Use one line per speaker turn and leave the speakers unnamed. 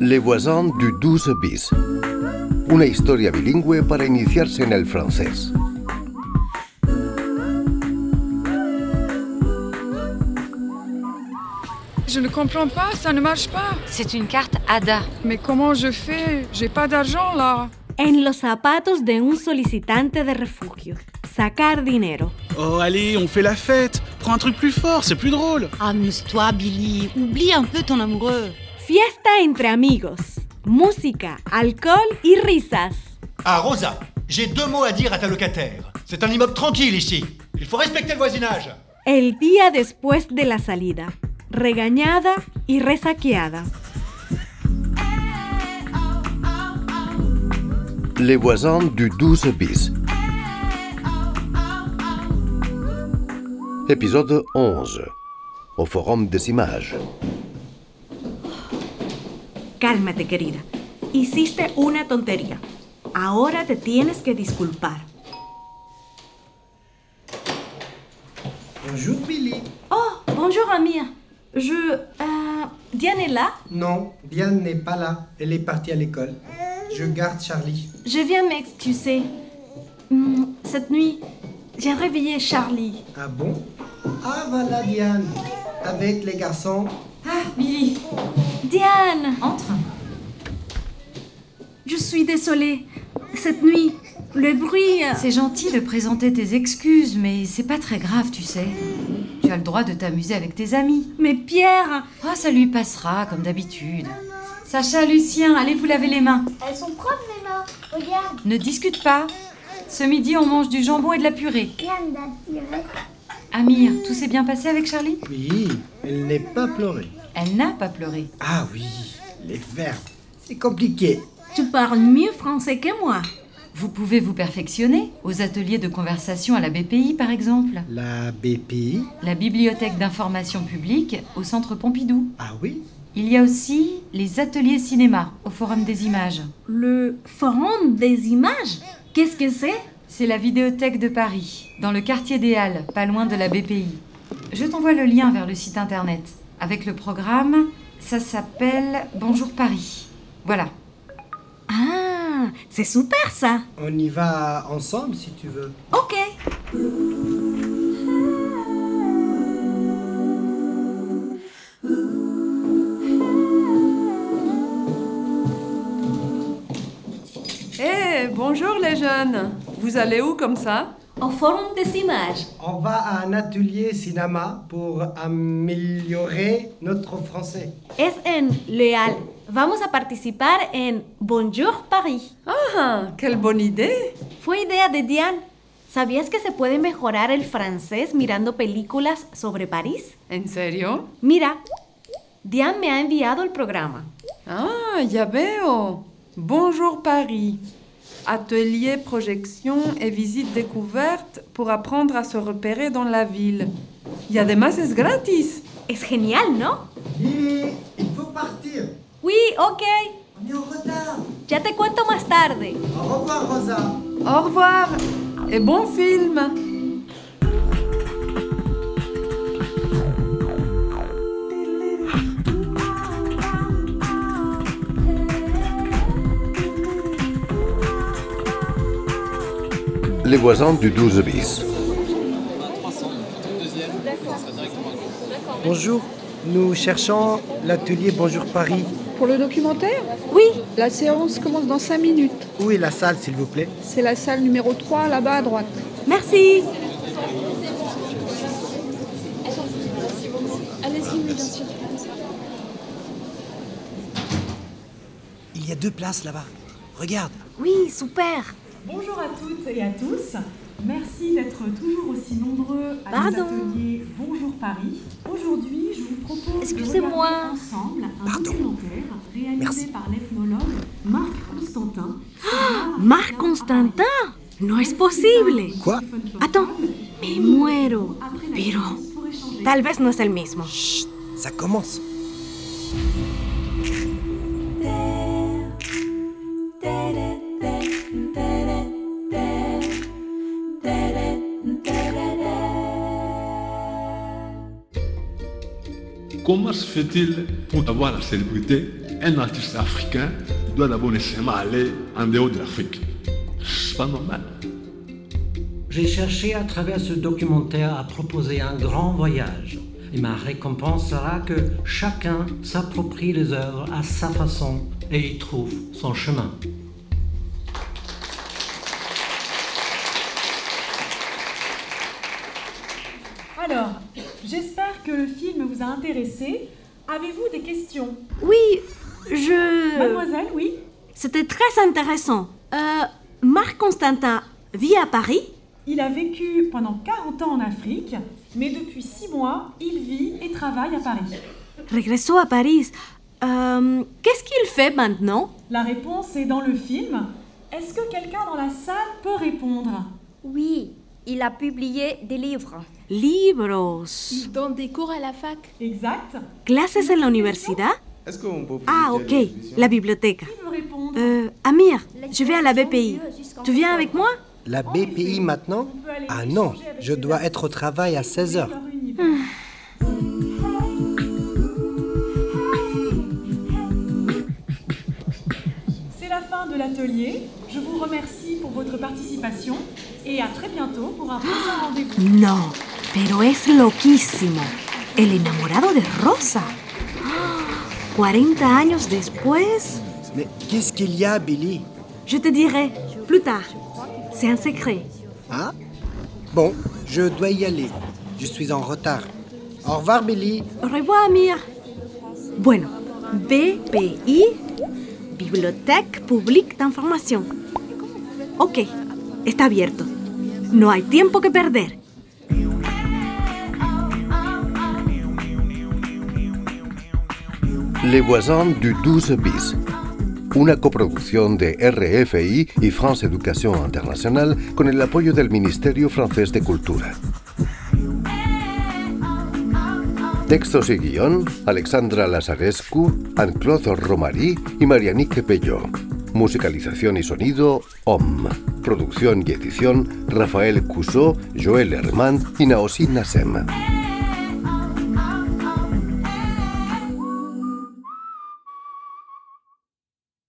Les voisins du 12 bis. Una historia bilingüe para iniciarse en el francés.
Je ne comprends pas, ça ne marche pas.
C'est une carte ADA.
Mais comment je fais J'ai pas d'argent là.
En los zapatos de un solicitante de refugio. Sacar dinero.
Oh allez, on fait la fête Prends un truc plus fort, c'est plus drôle
Amuse-toi, Billy. Oublie un peu ton amoureux.
Fiesta entre amigos. Música, alcohol y risas.
Ah, Rosa, j'ai deux mots à dire à ta locataire. C'est un immeuble tranquille ici. Il faut respecter le voisinage.
El día después de la salida. Regañada y resaqueada.
Les voisins du 12 bis. Épisode 11. Au Forum des images.
Cálmate, querida. Hiciste una tontería. Ahora te tienes que disculpar.
Bonjour Billy.
Oh, bonjour, Amia. Je... euh, Diane est là
Non, Diane n'est pas là. Elle est partie à l'école. Je garde Charlie.
Je viens m'excuser. Hmm, cette nuit, j'ai réveillé Charlie.
Ah bon Ah voilà Diane. Avec les garçons.
Ah, Billy. Diane
Entre.
Je suis désolée. Cette nuit, le bruit... euh,
C'est gentil de présenter tes excuses, mais c'est pas très grave, tu sais. Tu as le droit de t'amuser avec tes amis.
Mais Pierre
Ah, ça lui passera, comme d'habitude. Sacha, Lucien, allez vous laver les mains.
Elles sont propres mes mains. Regarde,
Ne discute pas. Ce midi, on mange du jambon et de la purée.
Diane d'attirer.
Amir, tout s'est bien passé avec Charlie
Oui, elle n'est pas pleurée.
Elle n'a pas pleuré.
Ah oui, les verbes. C'est compliqué.
Tu parles mieux français que moi.
Vous pouvez vous perfectionner aux ateliers de conversation à la BPI, par exemple.
La BPI.
La bibliothèque d'information publique au centre Pompidou.
Ah oui
Il y a aussi les ateliers cinéma au Forum des images.
Le forum des images Qu'est-ce que c'est
C'est la vidéothèque de Paris, dans le quartier des Halles, pas loin de la BPI. Je t'envoie le lien vers le site internet. Avec le programme, ça s'appelle Bonjour Paris. Voilà.
Ah, c'est super ça.
On y va ensemble si tu veux.
Ok.
Eh, bonjour les jeunes Vous allez où comme ça
Au forum des images.
On va à un atelier cinéma pour améliorer notre français.
Es en Leal. Vamos a participar en Bonjour Paris.
Ah, quelle bonne idée
Fue idea de Diane. ¿Sabías que se puede mejorar el francés mirando películas sobre París?
En serio
Mira, Diane me ha enviado el programa.
Ah, ya veo Bonjour Paris Atelier, projection et visite découverte pour apprendre à se repérer dans la ville. Y además es gratis
Es genial, ¿no?
Billy, il faut partir.
Oui, ok.
On est en retard.
Ya te cuento más tarde.
Au revoir Rosa.
Au revoir et bon film
Les voisins du 12 bis.
Bonjour. Nous cherchons l'atelier Bonjour Paris.
Pour le documentaire
Oui,
La séance commence dans 5 minutes.
Où est la salle s'il vous plaît
C'est la salle numéro 3 là-bas à droite.
merci.
Il y a deux places là-bas. Regarde.
Oui, super.
Bonjour à toutes et à tous. Merci d'être toujours aussi nombreux à
Pardon.
nos ateliers Bonjour Paris. Aujourd'hui, je vous propose de regarder
Excusez-moi.
ensemble un documentaire réalisé
Merci.
par l'ethnologue Marc Constantin.
Marc Ah, Constantin, no es posible.
Quoi
Attends, me muero.
Après la
Pero
séance, pour échanger
tal vez no es el mismo.
Ça commence.
Comment se fait-il pour avoir la célébrité un artiste africain doit d'abord nécessairement aller en dehors de l'Afrique. C'est pas normal.
J'ai cherché à travers ce documentaire à proposer un grand voyage. Et ma récompense sera que chacun s'approprie les œuvres à sa façon et y trouve son chemin.
Alors, j'espère que le film vous a intéressé. Avez-vous des questions
Oui, je...
Mademoiselle, oui
C'était très intéressant. Euh, Marc Constantin vit à Paris
Il a vécu pendant 40 ans en Afrique, mais depuis 6 mois, il vit et travaille à Paris.
Regresso à Paris. Euh, Qu'est-ce qu'il fait maintenant
La réponse est dans le film. Est-ce que quelqu'un dans la salle peut répondre
Oui, il a publié des livres.
Libros.
Il donne des cours à la fac.
Exact.
Clases en la universidad
Est-ce qu'on peut
Ah, ok, la bibliothèque. Euh, Amir, je vais à la BPI. Tu viens avec moi
La BPI maintenant Ah non, je dois être au travail à 16h.
C'est la fin de l'atelier. Je vous remercie pour votre participation et à très bientôt pour un prochain rendez-vous.
No, pero es loquísimo. El enamorado de Rosa. Ah, 40 años después.
Mais qu'est-ce qu'il y a, Billy
Je te dirai plus tard. C'est un secret.
Ah Bon, je dois y aller. Je suis en retard. Au revoir, Billy.
Au revoir, Amir. Bueno, BPI, Bibliothèque Publique d'Information. Ok, está abierto. No hay tiempo que perder.
Les voisins du 12 bis. Una coproducción de RFI y France Education International con el apoyo del Ministerio Francés de Cultura. Textos y guión, Alexandra Lazarescu, Anne-Claude Romary y Marianique Pellot. Musicalización y sonido, OM. Producción y edición, Rafael Cusó, Joel Herman y Naosin Nassem.
Ah,